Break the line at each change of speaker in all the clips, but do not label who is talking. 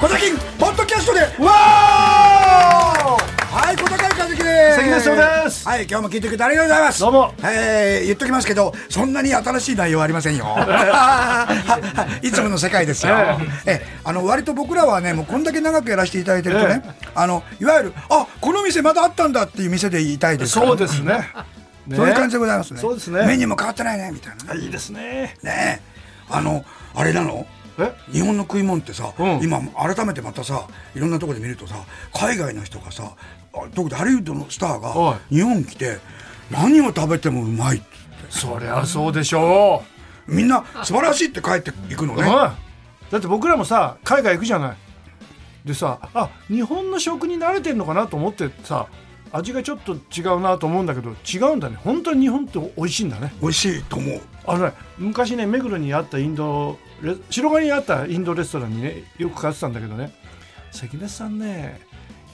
小崎ポッドキャストでわーはい小高い和樹です
関根翔です
はい今日も聞いてくれてありがとうございます
どうも
えー、言っときますけどそんなに新しい内容はありませんよ いつもの世界ですよ、えあの割と僕らはねもうこんだけ長くやらせていただいてるとね、あのいわゆるあこの店まだあったんだっていう店でいたいですから
そうです ね。ね
そういう感じでございますね
そうですね。
メニューも変わってないねみたいなね
いいですね。
ねえあのあれなの
え
日本の食い物ってさ、
うん
今改めてまたさいろんなところで見るとさ海外の人がさあ特にハリウッドのスター
は
が日本来て何を食べてもうまいって
そりゃそうでしょ
みんな素晴らしいって帰っていくの
う。
ね、
うん。だって僕らもさ海外行くじゃない。でさあ日本の食に慣れてんのかなと思ってさ味がちょっと違うなと思うんだけど違うんだね本当に日本って美味しいんだね
美味しいと思う
あのね昔ね目黒にあったインドレ白金にあったインドレストランにねよく通ってたんだけどね関根さんね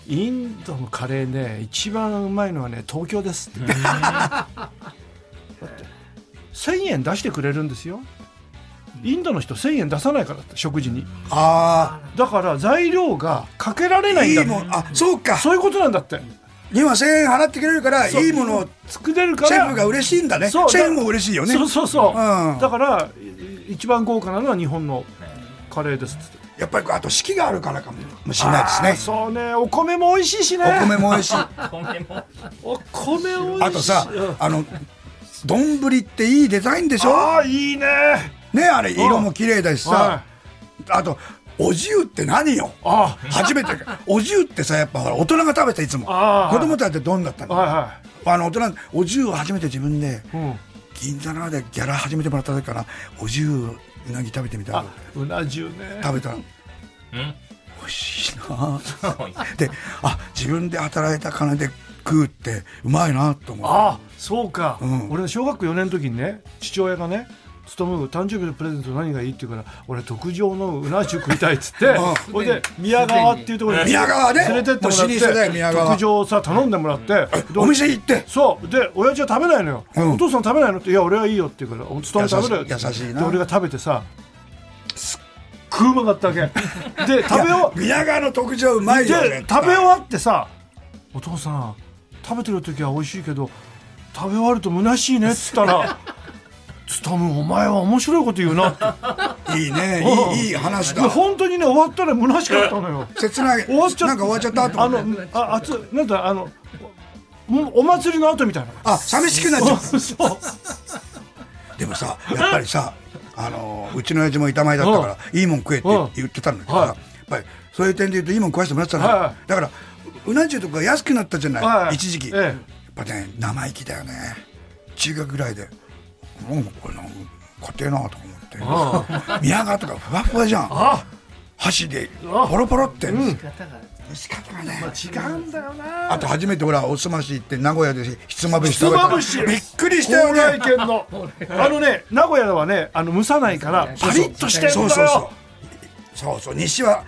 インドのカレーね一番うまいのはね東京ですって1000円出してくれるんですよインドの人1000円出さないからって食事に
あ
だから材料がかけられ
あ
ない
い
んだ
い
って
もんあそうか
そういうことなんだって
今1000円払ってくれるからいいものを
作れるから
シェフが嬉しいんだねシ
そう
ェフも嬉しいよね
そうそうそう、
うん
だからい一番豪華なのは日本のカレーですっつって
やっぱりあと四季があるからかもしれないです
あ
ね
そうねお米も美味しいしね
お米も美味しい
お米美味しい
あとさ
うん、
あの、丼っていいデザインでしょ
あーいいね
ね、あれ、色も綺麗だし
は
さ、あと、おじゅうって何よ
いあ
初めて、おじゅうってさ、やっぱほら、大人が食べていつも。
あー
子供たちってどんだったの
はいは
あの、大人、おじゅうを初めて自分で、
い、うん、
銀座のでギャラ始めてもらった時かな、おじゅううなぎ食べてみたら
あ、うな重ね
食べたら、美味しいなで、あ、自分で働いた金で食うって、うまいなと思う。
あそうか、
ん
俺小学校4年の時にね父親がね勤む誕生日のプレゼント何がいいって言うから俺特上のうな重食いたいっつって
う
ほいで宮川っていうところに
宮川ね
連れてってもらっ
もう老舗だよ宮
て
川
特上をさ頼んでもらってで
お店行って、
そうで親父は食べないのよ、
うん
お父さん食べないのっていや俺はいいよって言うからお勤め食べろよって
優しい優しいな
で俺が食べてさすっごいうま かったわけで食べよう
宮川の特上うまいよね
で。食べ終わってさ「お父さん食べてる時は美味しいけど食べ終わると虚しいね」っつったら「つたむお前は面白いこと言うな」って
いいね
うん、
いい、いい話
で
だ。
本当にね終わったら虚しかったのよ
切ない。
終わっちゃった
なんか終わっちゃった後
あのああつなんだあのおお祭りの後みたいな
あ、寂しくなっちゃう。
そうそう
でもさ、やっぱりさ、あの、うちの親父も板前だったから、いいもん食えって
うん
言ってたんだけど
はい
さ、やっぱり、そういう点で言うと、いいもん食わせてもらってたの
はいは
よ
い。
だから、うな重とか安くなったじゃ
は
ないい、一時期。やっ
ええ
ぱね、生意気だよね。中学ぐらいで、もうこれなんか、買ってえなとか思って。宮川とかふわふわじゃん。
あ
箸で、ポロポロって。仕方がね。
違うんだよな
あと初めてほらおすまし行って名古屋でひつまぶし食べ
ひつ
た
まぶし
びっくりした
高
よ
麗
ね
県のあのね名古屋はねあの蒸さないからパリッとしてんだよ
そうそうそうそうそう西は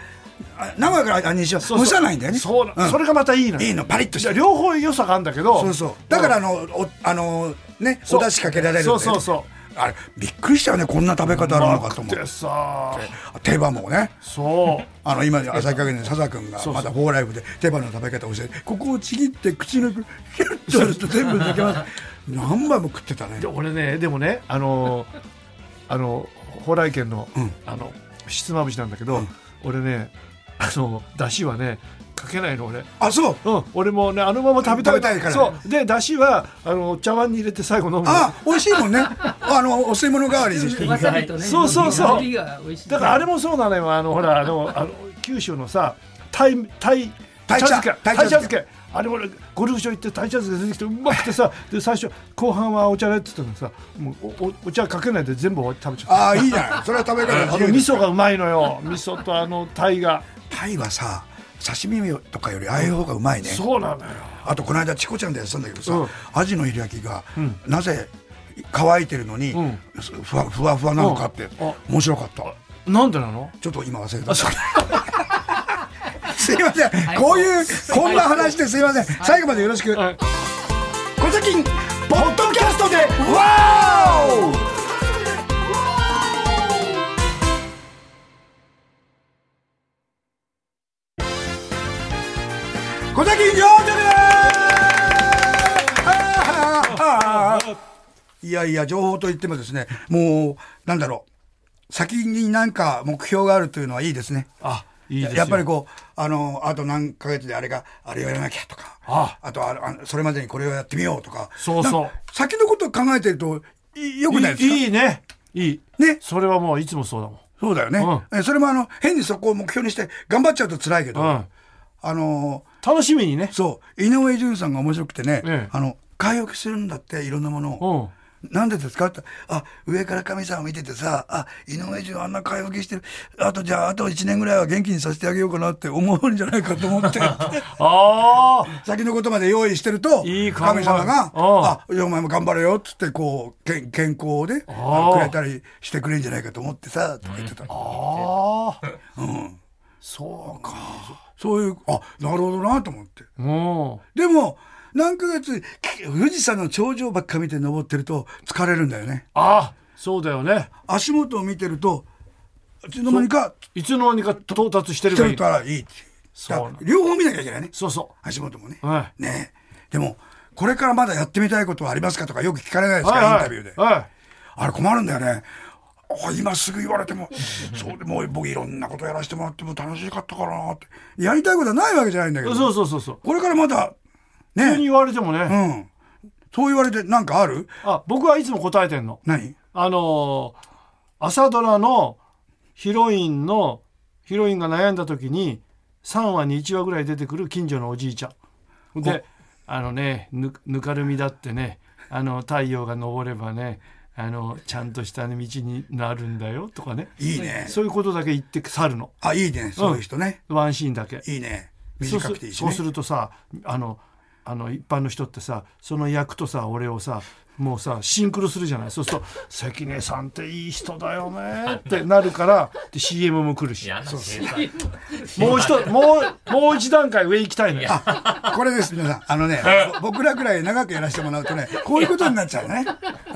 あ名古屋からあ西は蒸さないんだよね
そうな、
うん
それがまたいいのよ
いいのパリッとし
じゃあ
て
両方良さがあるんだけど
そうそうだからあのおあのね
そう
お出汁かけられるんだよね
そうそうそう
あれびっくりしたよねこんな食べ方あるのかと思っ
で
て
さ
手羽もね
そ
あの今朝日加減で笹君が
うそう
まだ「フォーライフ」で手羽の食べ方を教えてここをちぎって口のキュッとやると全部抜けます何杯も食ってたね
うで俺ねでもねあのーあの蓬莱県の、あのひつまぶしなんだけど、俺ねあのだしはねかけないの俺
あそう
うん、俺もねあのまま食べたい
食べたいから
そうでだしはあの茶碗に入れて最後飲むの
あ美味しいもんね。あのお吸い物代わりにして。
わさびとね、
そうそうそう
香りが美味しい。
だからあれもそうなのよあのほらあのあの九州のさタイタイ
タイ茶
茶漬け
タ
タ
イ
イ
茶
茶
漬
漬
け
けあれ俺ゴルフ場行ってタイ茶漬け出てきてうまくてさで最初後半はお茶でって言ったのにさもうおおお茶かけないで全部食べちゃった
ああいいじゃない。それは食べ方
あ
自
の
由
味
です。
噌がうまいのよ味噌とあのタイが
タイはさ刺身とかよりああいう方がうまいね。
そうなのよ
あとこの間チコちゃんでやってたんだけどさ、
うん
アジの開きが、なぜ乾いてるのに、
ん
ふわふわふわなのかって、
うんあ
面白かった。
なんでなの
ちょっと今忘れた。 すいません、こういうこんな話ですいません、最後までよろしく。
はい
小崎ポッドキャストでワーオいやいや、情報といってもですね、もう、なんだろう、先になんか目標があるというのはいいですね。
あいいですよ
やっぱりこう、あの、あと何ヶ月であれが、あれをやらなきゃとか、
あ
あとああのそれまでにこれをやってみようとか、
そうそう
なんか先のことを考えてると、いよくないですか
いいいねいい
ね
それはもういつもそうだもん
そうだよね。えそれもあの、変にそこを目標にして、頑張っちゃうと辛いけど、
うん
あの、
楽しみにね
そう、井上潤さんが面白くてね、
ええ
あの、買い置きするんだって、いろんなものを。
うん
なんでですかって、あ、上から神さんを見ててさ、あ、井上潤あんな買い置きしてる。あとじゃあ、あと1年ぐらいは元気にさせてあげようかなって思うんじゃないかと思 って、
ああ
先のことまで用意してると、
いい考え
神様が、
あ
あ、じゃあお前も頑張れよ、つってこう、けん健康をね、
あ
くれたりしてくれんじゃないかと思ってさ、とか言ってた。
ああうんそうか
そういう、あ、なるほどなと思って。
も
でも、何ヶ月、き富士山の頂上ばっか見て登ってると疲れるんだよね
う。あそうだよね
足元を見てると、いつの間にか
いつの間にか到達してる
して
がい
る
い
からいいって
そう
だ
な
か
の
ら両方見なきゃいけないね
そうそ
足元もね、
うは
ねえでもこれからまだやってみたいことはありますかとかよく聞かれない
い
ですか、
はい
インタビューで、
はい
あれ困るんだよねあ今すぐ言われてもそうでもう僕いろんなことやらせてもらっても楽しかったからなってやりたいことはないわけじゃないんだけど
そうそうそうそう
これからまだ
急に
ね
言われてもね、
うんそう言われてなんかある
あ僕はいつも答えてんの
何
あのー朝ドラのヒロインのヒロインが悩んだ時に3話に1話ぐらい出てくる近所のおじいちゃんであのねぬぬかるみだってねあの太陽が昇ればねあのちゃんとした道になるんだよとかね
いいね
そういうことだけ言って去るの
あいいねそういう人ね、
ワンシーンだけ
いいね
そう
短
す
くていいし、ね、
そうするとさあのあの一般の人ってさその役とさ俺をさもうさシンクロするじゃないそうすると「関根さんっていい人だよね」ってなるからで CM も来るし
嫌な生産
もう一もうもう一段階上行きたいのよ
あこれです皆さんあのねぼ僕らくらい長くやらせてもらうとねこういうことになっちゃうね、うん、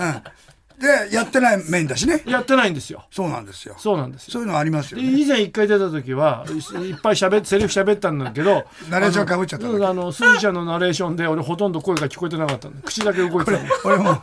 でやってない面だしね
やってないんですよ
そうなんですよ
そうなんですよ
そういうのはありますよ
で
ね
以前一回出た時はいいっぱい喋ってセリフ喋ったんだけど
ナレーション被っちゃった
あ
だけ
のうんあのすずちゃんのナレーションで俺ほとんど声が聞こえてなかったの口だけ動いてたの
俺も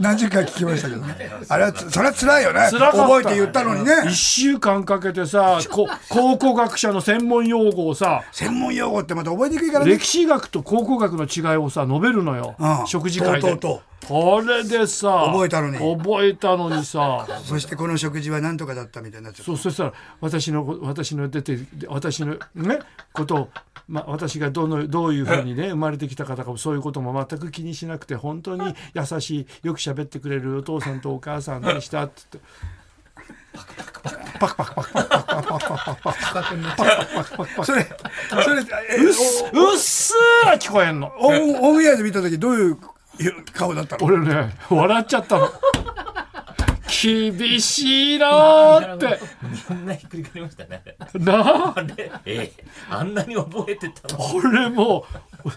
何十回聞きましたけどねあれはつそれは辛いよね
辛かった
覚えて言ったのにね
1週間かけてさこ考古学者の専門用語をさ
専門用語ってまた覚えていくからね
歴史学と考古学の違いをさ述べるのよ、
うん
食事会で
とうと
これでさ
覚えたのに
覚えたのにさ
そしてこの食事は何とかだったみたいになっちゃった
そうそしたら私のこ私の出てで私のねことを、まあ、私がどのどういうふうにね生まれてきたかとかそういうことも全く気にしなくて本当に優しいよく喋ってくれるお父さんとお母さんでしたって言って。
それそれえ
うっすうっすら聞こえんの
オンオンエアで見た時どういう顔だったの
俺ね笑っちゃったの厳しいなーって
みんなひっくり返りましたね。
なあ
あれ、ええ、あんなに覚えてたの。
俺もう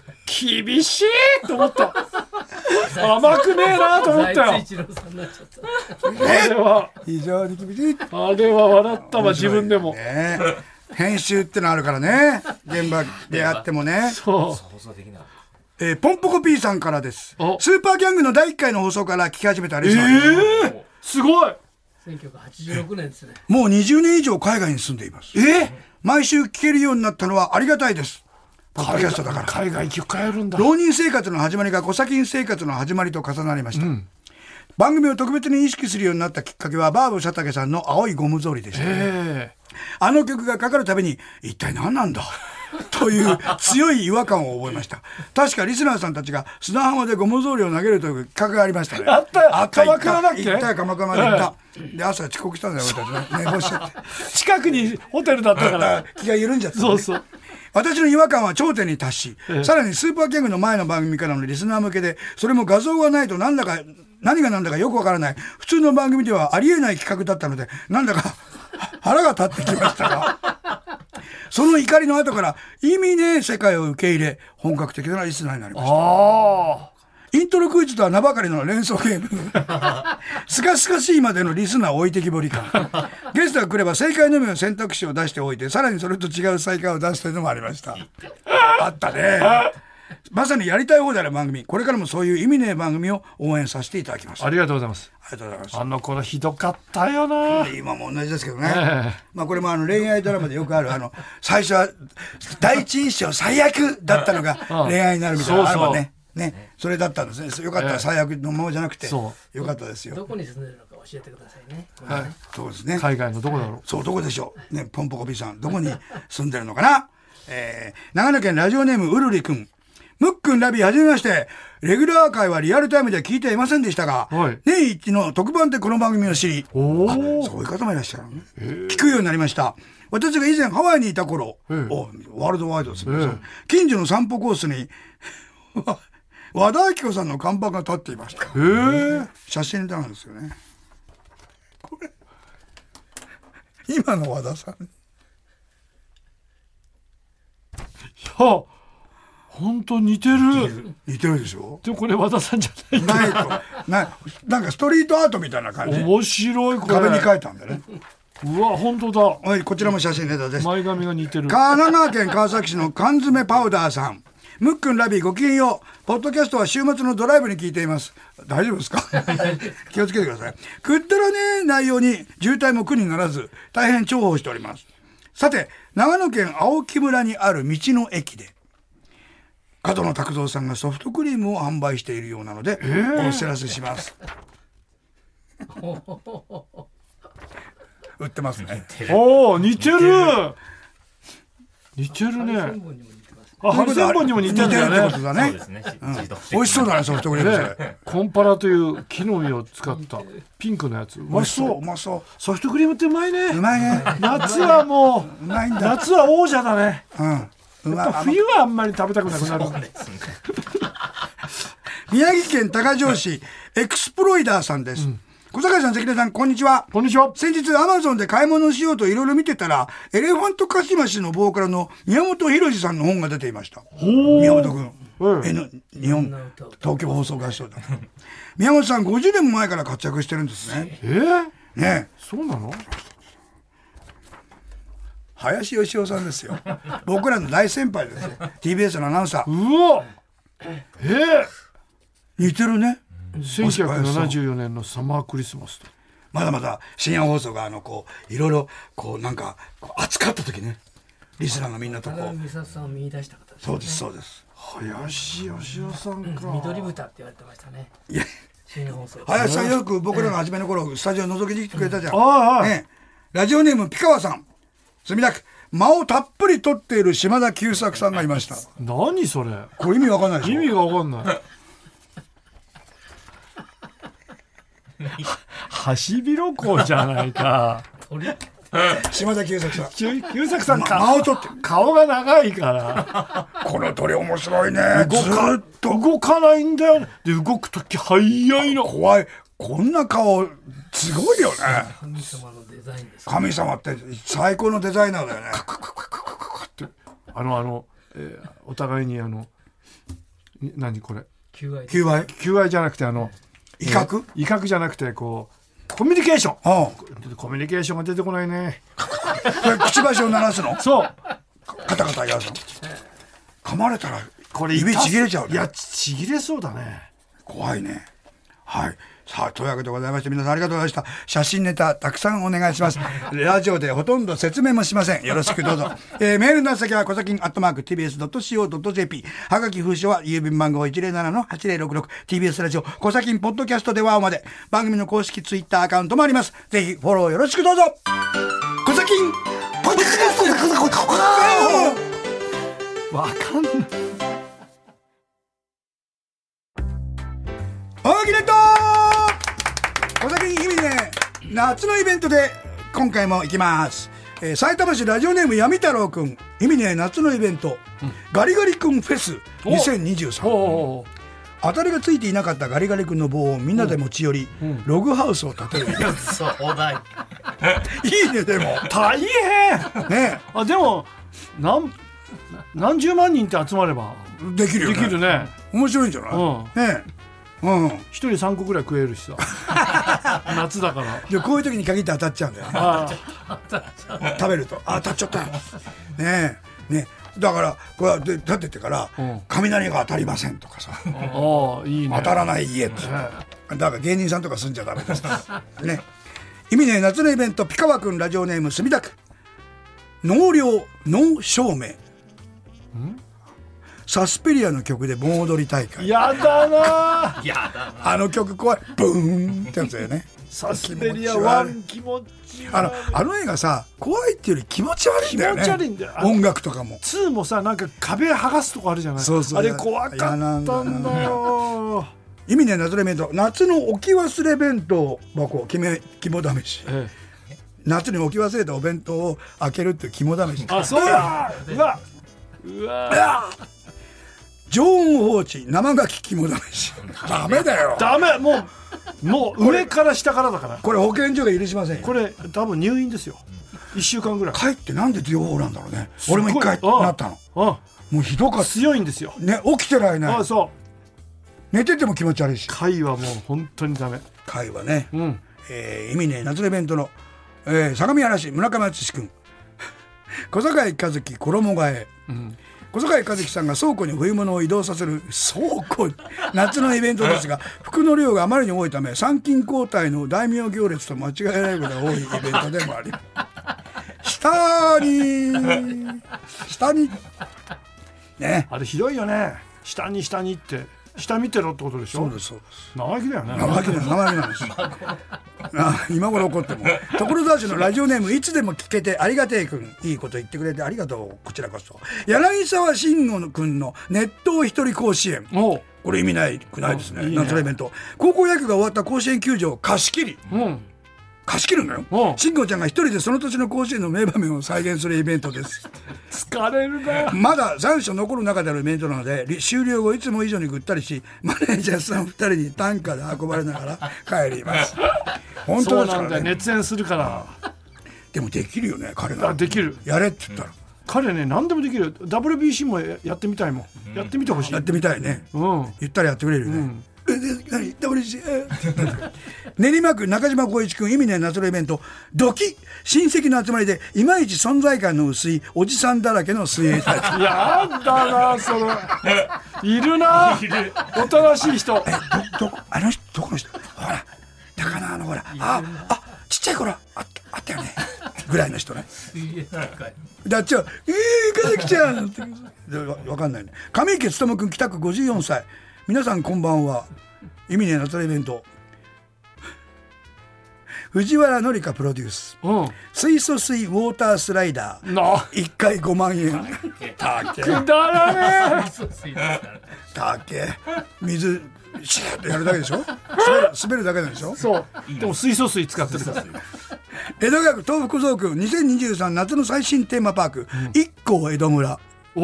厳しいと思った甘くねえなと思ったよ
財津一郎さんになっちゃった。
あれは
非常に厳しい
あれは笑ったわ自分でも、
ね編集ってのあるからね現場であってもね、
そう
放送できなかっ
えーポンポコ P さんからです
お
スーパーギャングの第1回の放送から聞き始めたアリ
え
スさん、
えすごい
1986年ですね。
もう20年以上海外に住んでいます
え
毎週聞けるようになったのはありがたいですポッドキャストだから
海外行き帰るんだ
浪人生活の始まりが小崎生活の始まりと重なりました、番組を特別に意識するようになったきっかけはバーブ・シャタケさんの「青いゴム草履」でした、
ええ
あの曲がかかるたびに、一体何なんだという強い違和感を覚えました。確かリスナーさんたちが砂浜でゴム草履を投げるという企画がありましたね。
あったよ
あった
鎌倉だっけ
行ったよ、鎌倉まで行った。で、朝遅刻したんだよ、俺たちね。寝坊しちゃって。
近くにホテルだったか
だからら気が緩んじゃった、ね。
そうそう
私の違和感は頂点に達し、
え
さらにスーパーギャングの前の番組からのリスナー向けで、それも画像がないと何だか、何が何だかよくわからない、普通の番組ではありえない企画だったので、なんだか腹が立ってきましたが、その怒りの後から意味ねえ世界を受け入れ、本格的なリスナーになりました。
ああ
イントロクイズとは名ばかりの連想ゲーム。すがすがしいまでのリスナー置いてきぼり感。ゲストが来れば正解のみの選択肢を出しておいて、さらにそれと違う再会を出すというのもありました。あったね。まさにやりたい放題の番組これからもそういう意味ねえ番組を応援させていただきますあ
ありがとうございます
りがとうございます
あの頃ひどかったよな
今も同じですけどね、
え
まあ、これもあの恋愛ドラマでよくあるあの最初は第一印象最悪だったのが
うん
恋愛になるみたいなのがあれ
そうそう
ばねねそれだったんですねよかった
ええ
ら最悪のままじゃなくて
そ
よかったですよ
どこに住んでるのか教えてくださいね。
はい
そうですね
海外のどこだろう
そうどこでしょうねポンポコビさんどこに住んでるのかな、えー、長野県ラジオネームうるりくんむっくんラビはじめましてレギュラー会はリアルタイムでは聞いていませんでしたが、
はい
年一の特番でこの番組を知り
お
あ
お
そういう方もいらっしゃるのね。聞くようになりました。私が以前ハワイにいた頃、
ええ
おワールドワイドですね、
ええ
近所の散歩コースに、 わ和田アキ子さんの看板が立っていました。
えー、
写真なんですよね。これ、今の和田さん。
いや本当似てる
似てるでしょ
でもこれ和田さんじゃな い
ないと。ない、なんかストリートアートみたいな感じ。
面白いこれ
壁に書いたんだよね。
うわ本当だ
はい、こちらも写真ネタです。
前髪が似てる
神奈川県川崎市の缶詰パウダーさん。ムックンラビーごきげんよう。ポッドキャストは週末のドライブに聞いています。大丈夫です か気をつけてください。くったらねえ内容に渋滞も苦にならず、大変重宝しております。さて、長野県青木村にある道の駅で、角野拓三さんがソフトクリームを販売しているようなので、お知らせし ます。売ってますね。
おお似てる似てる
ハリソン
ね
ボンにも似てますね。
あハリセンボンにも似てるんだ
似てるって
よ
こと
ね
だ
そう
ね
で。すね。自動的に
美味しそうだね、ソフトクリームそれ。
ねコンパラという木の実を使ったピンクのやつう
美
ま
味しそう、う
そう
まそ
ソフトクリームってうまいね
う。うまいね。
夏はも
う
う
まいんだ。
夏は王者だね
うん。うまいあの
冬はあんまり食べたくなくなる
そうですね。
宮城県高城市、エクスプロイダーさんです。小坂井さん、関根さん、こんにちは。
こんにちは
先日、アマゾンで買い物しようといろいろ見てたら、エレファントカシマシのボーカルの宮本浩次さんの本が出ていました。宮本君、
うん
えの日本
こんな歌を
東京放送合唱だ。 宮本さん、50年も前から活躍してるんですね。
えー、
ねえ
そうなの
林芳雄さんですよ。僕らの大先輩 ですよ。TBS のアナウンサー。
うわえ
似てるね。
ー、1974年のサマークリスマスだ
まだまだ深夜放送があのこういろいろこうなんかこう熱かった時ねリスナーのみんなとこ
高
う
見美里さんを見出した方ですね。
そうですそうです
林芳雄さんか
緑豚って言われてましたね。
いや
深夜放送。
林さんよく僕らの初めの頃スタジオ覗きに来てくれたじゃん、
ああ
ねえラジオネームピカワさん墨田区間をたっぷり取っている島田久作さんがいました
何それ
これ意味わかんないでし
意
ょ
味がわかんないハシビロコウじゃないか
鳥
島田久作さん
久久作さん
ま間を取
か
ってる
顔が長いから
この鳥面白いねず
動か
ーっと
動かないんだよねで動く時早いの
怖いこんな顔すごいよね
神様のデザインです。
神様って最高のデザイナーだよね
あのあの、えーお互いにあのに何これ
求愛です。
求愛
求愛じゃなくてあの
威嚇
威嚇じゃなくてこうコミュニケーショ
うん
ンコミュニケーションが出てこないね
これくちばしを鳴らすの
そう
カタカタ言わすの噛まれたら
これ
指
痛
ちぎれちゃうね
いやちぎれそうだね
怖いねはいさあというわけでございまして皆さんありがとうございました写真ネタたくさんお願いしますラジオでほとんど説明もしませんよろしくどうぞ、 えーメールの宛先は小崎アットマーク TBS.CO.JP はがき封書は郵便番号 107-8066TBS ラジオ小崎ポッドキャストではおまで番組の公式ツイッターアカウントもありますぜひフォローよろしくどうぞ小崎ポッドキャスト
わかんない
大木レッド小崎日々ね夏のイベントで今回も行きます、えー、埼玉市ラジオネーム闇太郎くん意味ね夏のイベント、ガリガリ君フェス2023
お
当たりがついていなかったガリガリ君の棒をみんなで持ち寄り、ログハウスを建 てる
そうだい。
いいねでも
大変
ね
あでも何何十万人って集まれば
できるよ
で
ね
きるね
面白いんじゃない、
うん
ねうん
一人三個ぐらい食えるしさ 夏だから
でこういう時に限って当たっちゃうんだよね
あ
食べるとあ当たっちゃったねえねえだからこうやって立ててから
うん
雷が当たりませんとかさ
ああいいね
当たらない家ってだから芸人さんとか住んじゃダメですね意味ねえ夏のイベントピカワ君ラジオネーム墨田区納涼納照明サスペリアの曲で盆踊り大会
やだなあ
いやだな
あの曲怖いブーンってやつだよね
サスペリアワン気持ち
あの
悪い
あの映画さ怖いっていうより気持ち悪いんだよね
気持ち悪いんだよあの
音楽とかも
2もさなんか壁剥がすとこあるじゃない
そうそう
あれ怖かったん
いやなんだ
だよ
意味ねえ夏のイベント夏の置き忘れ弁当箱決め肝試し
ええ
夏に置き忘れたお弁当を開けるっていう肝試し
あそうだうわうわ
常温放置生牡蠣肝試しダメだよ
ダメもうもう上から下からだから
これ保健所が許しませんよ
これ多分入院ですよ1週間ぐらい
帰ってなんで情報なんだろうね俺も一回
すごいああ
なったの
あ
もうひどかっ
強いんですよ
たね起きてられな
あ
い
そう
寝てても気持ち悪いし
貝はもう本当にダメ
会はね、
うん
えー意味ねえ夏のイベントの、えー相模原市村上敦君 小坂井和樹衣替え、小坂井和樹さんが倉庫に冬物を移動させる倉庫に夏のイベントですが服の量があまりに多いため参勤交代の大名行列と間違えないぐらい多いイベントでもあり 下に下にね
あれひどいよね下に下にって下見てろってことでし
そう
ょ
ですそうです
生意気だよね
生意気な生意気なんですあ今頃怒っても所沢市のラジオネームいつでも聞けてありがてえくんいいこと言ってくれてありがとうこちらこそ柳沢慎吾くんの熱湯一人甲子園
おう
これ意味ないくないですね
いいね
夏のイベント高校野球が終わった甲子園球場を貸し切り
うん
貸し切るの
う
よ
ん
慎吾ちゃんが一人でその土地の甲子園の名場面を再現するイベントです
疲れるな
まだ残暑残る中であるイベントなのでり終了後いつも以上にぐったりしマネージャーさん2人に担架で運ばれながら 帰ります本
そ
当
う
です
な
か
んだ
ら
よ
ね
熱演するから
でもできるよね彼
あ
ら
できる
やれって言ったら、
彼ね何でもできる WBC もややってみたいもんやってみてほしい
やってみたいね
うん
言ったらやってくれるよね、えで何 WBC え ー練馬区中島光一君意味ねえ夏のイベントドキ親戚の集まりでいまいち存在感の薄いおじさんだらけの水泳大会
やだなそ れいるなおとなしい人
どこあの人どこの人ほら高菜のほらああちっちゃい頃あったあったよねぐらいの人ねだっちゃええー、かずきちゃんってでわわかんないね上池勉君北区54歳皆さんこんばんは意味ねえ夏のイベント藤原紀香プロデュース
うん
水素水ウォータースライダー
な
1回5万円たけ
くだらね
そうですいいですから
たけ水シューッとやるだけでしょ滑る滑るだけなんでしょ
えそうでも水素水使ってるから
江戸川区東福蔵区2023夏の最新テーマパーク、一光江戸村
お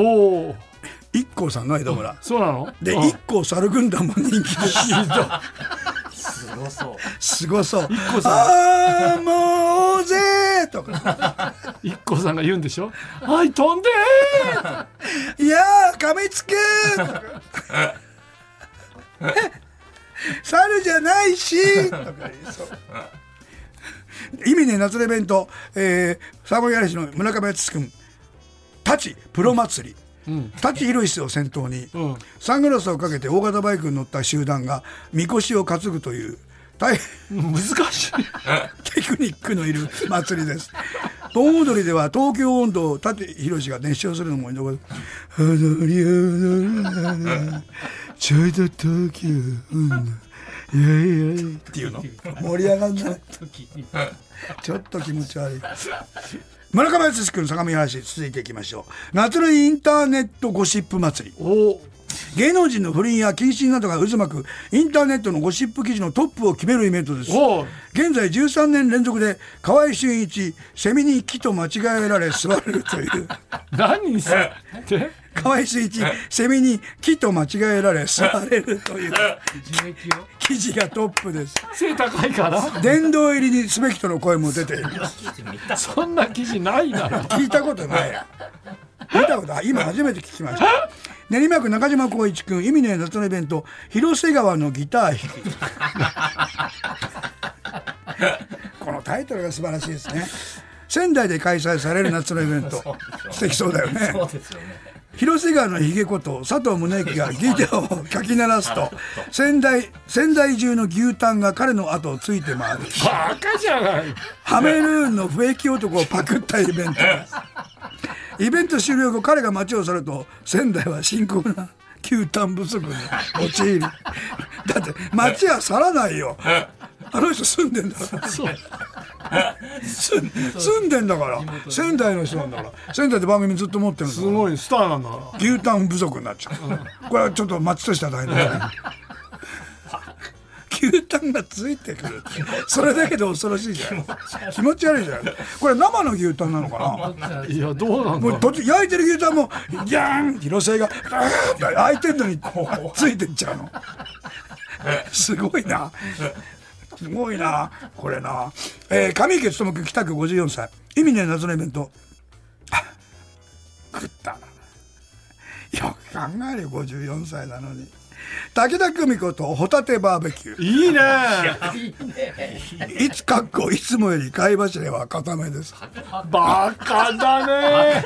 お
一光さんの江戸村、
そうなの
で
うん
一光猿軍団も人気です
すごそう
すごそう「あーもうぜ!」とか
一個さんが言うんでしょはい飛んで
「いやー噛みつく!」とか 「猿じゃないし!」とか言いそう意味ねえ夏のイベント、えー、サーモンヤレシの村上敦君太刀プロ祭り舘ひろしを先頭に、
うん
サングラスをかけて大型バイクに乗った集団がみこしを担ぐという大変
難しい
テクニックのいる祭りです。盆踊りでは東京音頭を舘ひろしが熱唱するのも残る。踊り踊りちょいと東京音頭。いやいやいやっていうの盛り上がんない。ちょっと気持ち悪い。村上敦君相模原市続いていきましょう夏のインターネットゴシップ祭り
おお
芸能人の不倫や謹慎などが渦巻くインターネットのゴシップ記事のトップを決めるイベントです
おう
現在13年連続で河合俊一セミに木と間違えられ座れるという
何さで
河合俊一セミに木と間違えられ座れるという
樹液を
記事がトップです
背高いから
殿堂入りにすべきとの声も出ています
そんな記事ないな
聞いたことない見たことない今初めて聞きました練馬区中島光一君意味ねえ夏のイベント広瀬川のギター弾きこのタイトルが素晴らしいですね仙台で開催される夏のイベント素敵そうだよね
そうですよね。
広瀬川のひげこと佐藤宗行がギターをかき鳴らすと仙台仙台中の牛タンが彼の後をついて回る
バカじゃない
ハメルーンの不益男をパクったイベントですイベント終了後彼が街を去ると仙台は深刻な牛タン不足に陥るだって街は去らないよあの人住んでんだから住ん住んでんだから仙台の人なんだから仙台で番組ずっと持ってるんです
すごいスターなんだか
牛タン不足になっちゃう。これはちょっと町としては大変だね。牛タンがついてくる。それだけで恐ろしいじゃん。気持ち悪いじゃん。これ生の牛タンなのかな。
らいやどうなん
もう
だ
途中焼いてる牛タンもギャーン広瀬があーって開いてんのについてっちゃうの。すごいな。すごいな。これな。えー、上池勤君北区54歳。意味ねえ謎のイベント。あ食ったな。よく考えるよ54歳なのに武田久美子とホタテバーベキュ
いいね
ーいつかっこいつもより貝柱は固めです
バカだね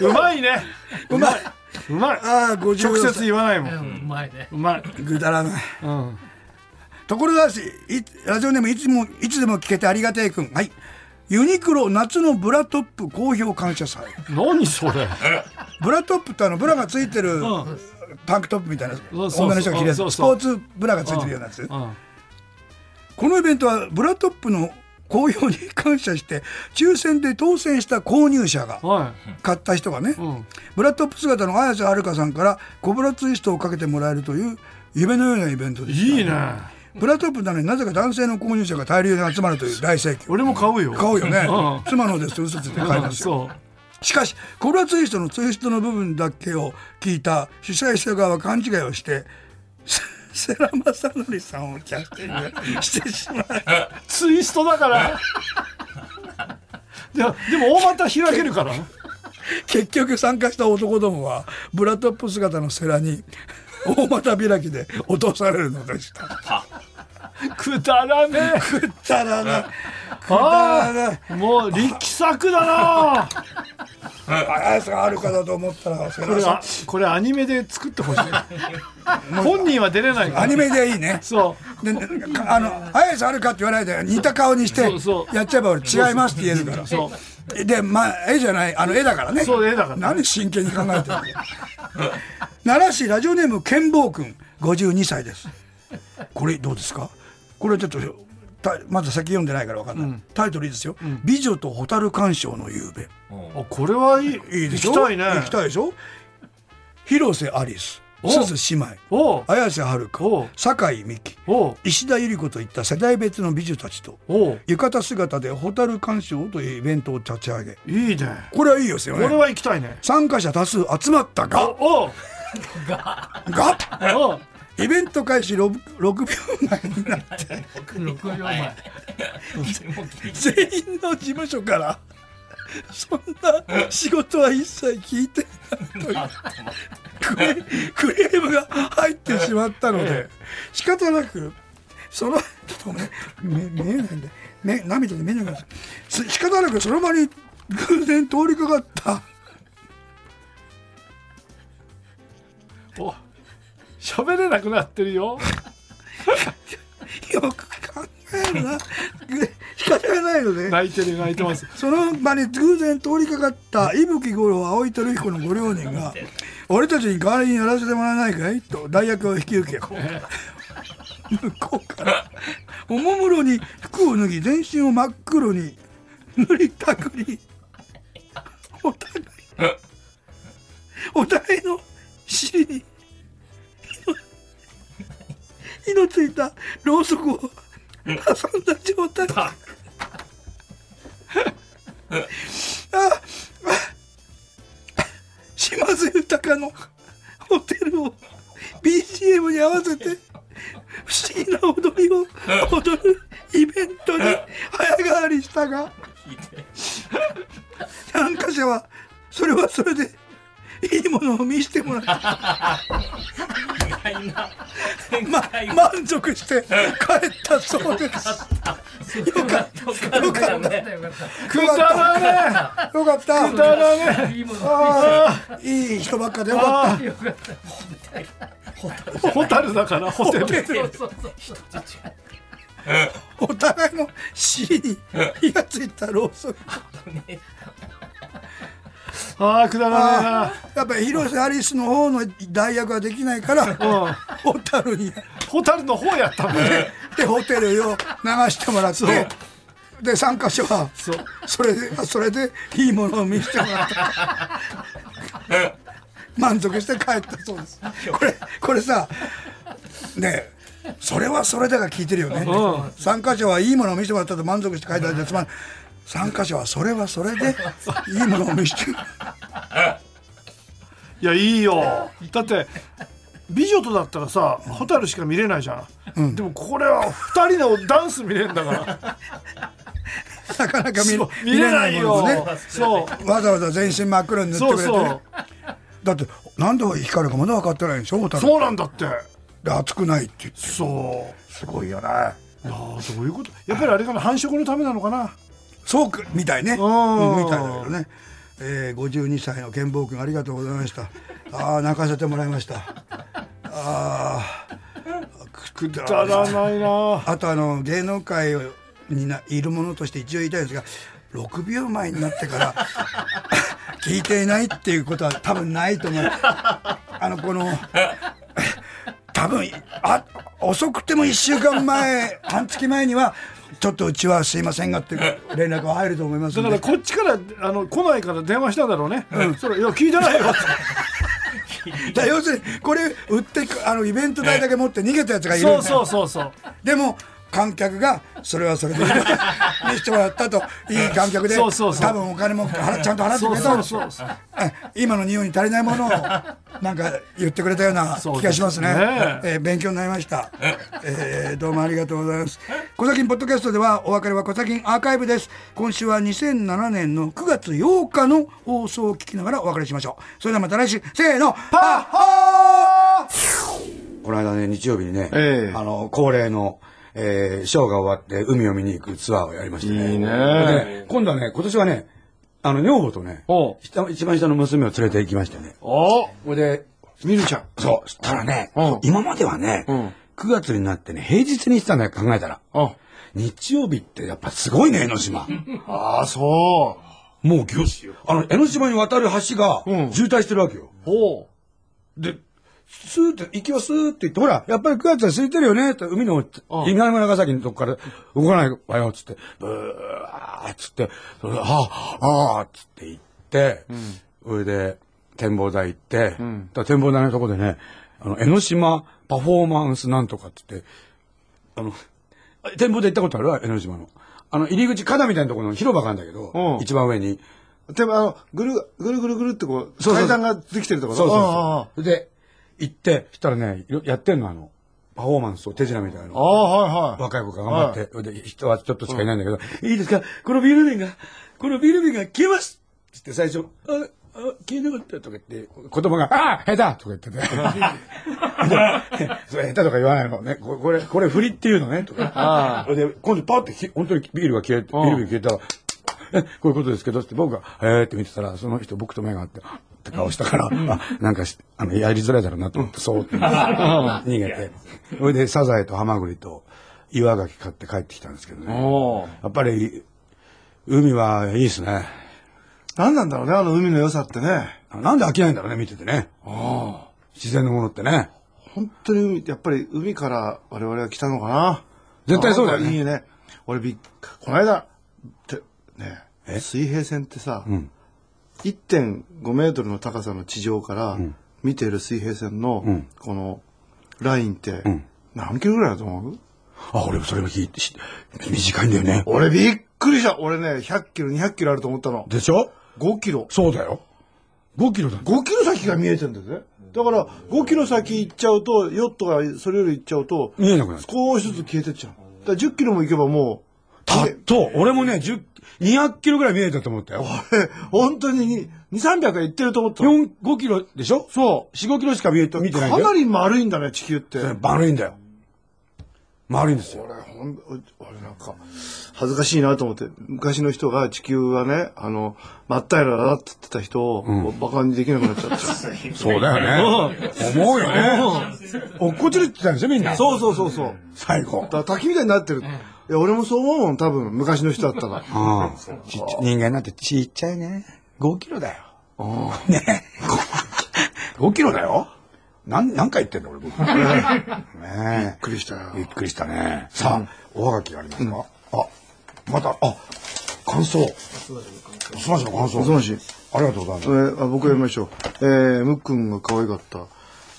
うまいね
うまいう
まい
ああ54歳
直接言わないも
うんんうまいね
うまい
くだらない
うん
ところだしいラジオネームいつもいつでも聞けてありがてえくんはいユニクロ夏のブラトップ好評感謝 祭
何それ
ブラトップってあのブラがついてる
ん
タンクトップみたいな
うそう
女の人が着るやつ
そう
ス
そ
ポー
う
ツブラがついてるようなやつ
うん
このイベントはブラトップの好評に感謝して抽選で当選した購入者が
は
買った人がね、
いうん
ブラトップ姿の綾瀬はるかさんからコブラツイストをかけてもらえるという夢のようなイベントです
いいね
ブラトップなのになぜか男性の購入者が大量に集まるという大盛況
俺も買うよ
買うよね、
うん
妻のですと嘘ついて買いますよ
そう
しかしコブラツイストのツイストの部分だけを聞いた主催者側は勘違いをしてせ世良正則さんをキャスティングしてしまい
ツイストだから ででも大股開け るから
結局参加した男どもはブラトップ姿の世良に大股開きで落とされるのでした。
くだらねえ
くだらない。くだらない
あ。あもう力作だ な
あやさがあるかだと思ったら、世
こ
良
れ
さ
はこれアニメで作っ てほしい本人は出れないか
ん。
ら
アニメでいいね。
そ
で、かあの、あやさあるかって言わないで、似た顔にして
そうそ、う
やっちゃえば俺違いますって言えるか
うそう
ら。で、まあ、絵じゃない、あの絵だからね。
そう絵だからね
何真剣に考えてるの奈良市ラジオネーム健坊くん、52歳です。これどうですかこれちょっとたまだ先読んでないからわかんない、タイトルいいですよ、美女と蛍鑑賞の夕べ」
あこれはいい
いいでしょ
行きたいね
行きたいでしょ広瀬アリス
お
鈴姉妹
おう
綾瀬はるか
お
酒井美紀
おう
石田ゆり子といった世代別の美女たちと
おう
浴衣姿で蛍鑑賞というイベントを立ち上げ
いいね
これはいいですよ
これ
ね
は行きたいね
参加者多数集まったが
おう
が
おう
イベント開始 6, 秒前になって
六秒前
全員の事務所からそんな仕事は一切聞いてないというクレクレームが入ってしまったので仕方なくそのちょっとね目見えないんで目涙で目がす仕方なくその場に偶然通りかかった
おう喋れなくなってるよ
よく考えるなぐ仕方がないので
泣いてる泣い てます
その場に偶然通りかかった伊吹五郎青井照彦のご両人が「俺たちに代わりにやらせてもらえないかい?」と代役を引き受け向こうからおもむろに服を脱ぎ全身を真っ黒に塗りたくりお互いお互いの尻に火の火のついたろうそくを挟んだ状態ああ島津豊のホテルを BGM に合わせて不思議な踊りを踊るイベントに早変わりしたが参加者はそれはそれでいいものを見せてもらい
意外な展
ま
開、
満足して帰ったそうです。よかった
よかったね。
よかった。
くだらね
よかっ
えくだ
た
らね
いいもの。
あ
いい人ばっかで
ー
よかった
あ
よかった。
ーホタルだからホテル
そうそうそう。
お互いの尻に火がついたろうそく
ああくだら
あ
ね
ーやっぱり広瀬アリスの方の代役ができないから
えなうん
ホタルに
ホタルの方やったもんね
でホテルを流してもらってで参加者は
そう
それでそれでいいものを見せてもらった満足して帰ったそうですこれこれさねえそれはそれだが聞いてるよね
うん
参加者はいいものを見せてもらったと満足して帰ったらつまん参加者はそれはそれでいいものを見せて
いやいいよだって美女とだったらさホタルしか見れないじゃん、でもこれは二人のダンス見れるんだ から
なかなか
そう
見見れないものをね
そう
わざわざ全身真っ黒に塗って
そう
くれて
そう
ねだってなんで光るかまだ分かってないんでしょ蛍
そうなんだって
で熱くないって言って
そう
すごいよね
いやーどういうことやっぱりあれかな繁殖のためなのかな
そうかみたいね、うんんみたいだけどね、えー、52歳の健坊君ありがとうございましたああ泣かせてもらいましたああく
くだらないな
あとあの芸能界にないるものとして一応言いたいんですが6秒前になってから 聞いていないっていうことは多分ないと思うあのこの多分あ遅くても1週間前半月前にはちょっとうちはすいませんがって連絡が入ると思います
だ
ん
から
で
こっちからあの来ないから電話したんだろうね、それいや聞いて ないよって
だから要するにこれ売ってくあのイベント代だけ持って逃げたやつがいるんだ
そ
よ
うそうそうそう
でも観客がそれはそれで 見せてもらったといい観客で
そうそうそう
多分お金も払っちゃんと払ってく
そう
れ
そ
た
うそうそう
え今の日本に足りないも のをなんか言ってくれたような
そう
気がしますね
ですね
えー勉強になりました、えーどうもありがとうございます小崎ポッドキャストではお別れは小崎アーカイブです今週は2007年の9月8日の放送を聞きながらお別れしましょうそれではまた来週せーのパッホーこの間ね日曜日にね、
ええ
あの恒例のえー、ショーが終わって海を見に行くツアーをやりましたね。
いいね
で今度はね、今年はね、あの、女房とね、
おう
下一番下の娘を連れて行きましたね。
お
それで、
みるちゃん
そう、そしたらね、
うん
今まではね、
うん
9月になってね、平日にしてたんだよ、考えたら。
あ
日曜日ってやっぱすごいね、江ノ島。
あーそ
もうぎゅあの、江ノ島に渡る橋が
うん
渋滞してるわけよ。
うおう
で、スーって、行きはスーって言って、ほら、やっぱり9月は空いてるよね、って、海の、
うん
南長崎のとこから動かないわよ、つって、ブーっつって、それで、ああ、ああ、つって行って、それで、展望台行って、
ん
だから展望台のとこでね、あの、江ノ島パフォーマンスなんとかっつって、あの、展望台行ったことあるわ、江ノ島の。あの、入り口、花みたいなところの広場があるんだけど、
うん
一番上に。
でもあのぐるぐるぐるぐるってこう
そうそう
階段ができてるところ
そうそう
ああ
そう。で、行って、したらね、よやってんの、あの、パフォーマンスを手品みたいな
ああ
の。
はいはい
若い子が頑張って、で、人はちょっとしかいないんだけど、いいですかこのビール瓶が、このビール瓶が消えますつって最初、あ、あ、消えなかったとか言って、子供が、ああ下手とか言ってて。で それ下手とか言わないのね。ここれ、これ振りっていうのね、とか
あ。
で、今度パッてひ、本当にビールが消えて、ビール瓶消えたら、えこういうことですけどって僕が、えーって見てたら、その人僕と目が合って、って顔したから、あ、なんかし、あの、やりづらいだろうなと思って、そうって逃げて。それで、サザエとハマグリと岩牡蠣買って帰ってきたんですけどね。
おう
やっぱり、海はいいですね。
何なんだろうねあの海の良さってね
あなんで飽きないんだろうね、見ててね。自然のものってね。
本当に海ってやっぱり海から我々は来たのかな
絶対そうだよね
なんかいいね俺びっこの間てね
え
水平線ってさ、
うん。
1.5メートルの高さの地上から見ている水平線の
うん
このラインって
ん
何キロぐらいだと思う
あ、俺もそれも聞いて、し短いんだよね。
俺びっくりした俺ね100キロ200キロあると思ったの
でしょ
5キロ
そうだよ。5キロだ。
5キロ先が見えてるんだぜだから5キロ先行っちゃうとヨットがそれより行っちゃうと
見えなくなっちゃ
少しずつ消えてっちゃうだから10キロも行けばもう
た
た
っと、俺もね、10、200キロぐらい見えたと思った よ。
本当に2300はいってると思ったの
4、5キロでしょ
そ
4、5キロしか見えて、見
う
てないん
か
だよ
な。り丸いんだね地球っ て
それ丸いんだよ。丸いんですよ。
俺ほん俺なんか
恥ずかしいなと思って、昔の人が地球はね、あの、真っ平らだって言ってた人を、馬鹿にできなくなっち ゃった。
そうだよね。思うよね。落っこちるって言ったんですよ、みんな。
そうそうそうそう。
最後。
だから滝みたいになってる。いや、俺もそう思うもん、多分、昔の人だったら。
うんちっち人間なんてちっちゃいね。5キロだよ。ね。5キロだよ。なん、何回言ってんだ俺僕。 ね
びっくりしたよ
え。。びっくりしたね。さあ、おはがきがありますかあ、また、あ、感想。すましの感想。
おすまし
ありがとうございます
え。ーあ僕やりましょう。えー、むっくんが可愛かった。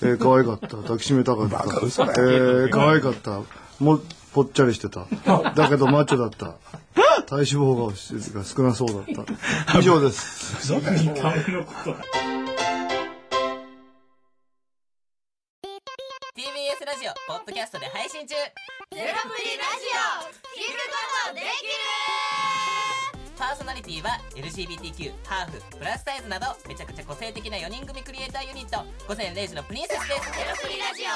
えー、可愛かった。抱きしめたかった。
バカ嘘だ
えー、可愛かった。も、ぽっちゃりしてた。だけどマッチョだ った。体脂肪が少なそうだった。以上です。
TBS ラジオポッドキャストで配信中
ゼロプリラジオ聞くことでき
パーソナリティは LGBTQ ハーフプラスサイズなどめちゃくちゃ個性的な4人組クリエイターユニット午前0時のプリンセスですゼロプリラジオ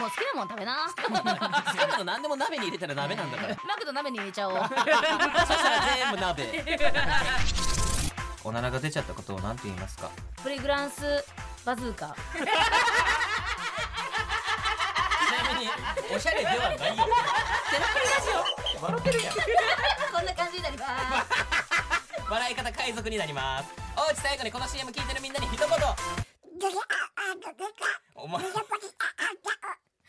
るもう好きなもん食べな
好きなの何でも鍋に入れたら鍋なんだから
マクド鍋に入れちゃおう
そしたら全部鍋おならが出ちゃったことを何て言いますか
プリグランスバズー カ
ちなみにおしゃれではないよゼロプリラジオ笑ってるやん
こんな感じになります
笑い方海賊になりますおうち最後にこの CM 聞いてるみんなに一言お前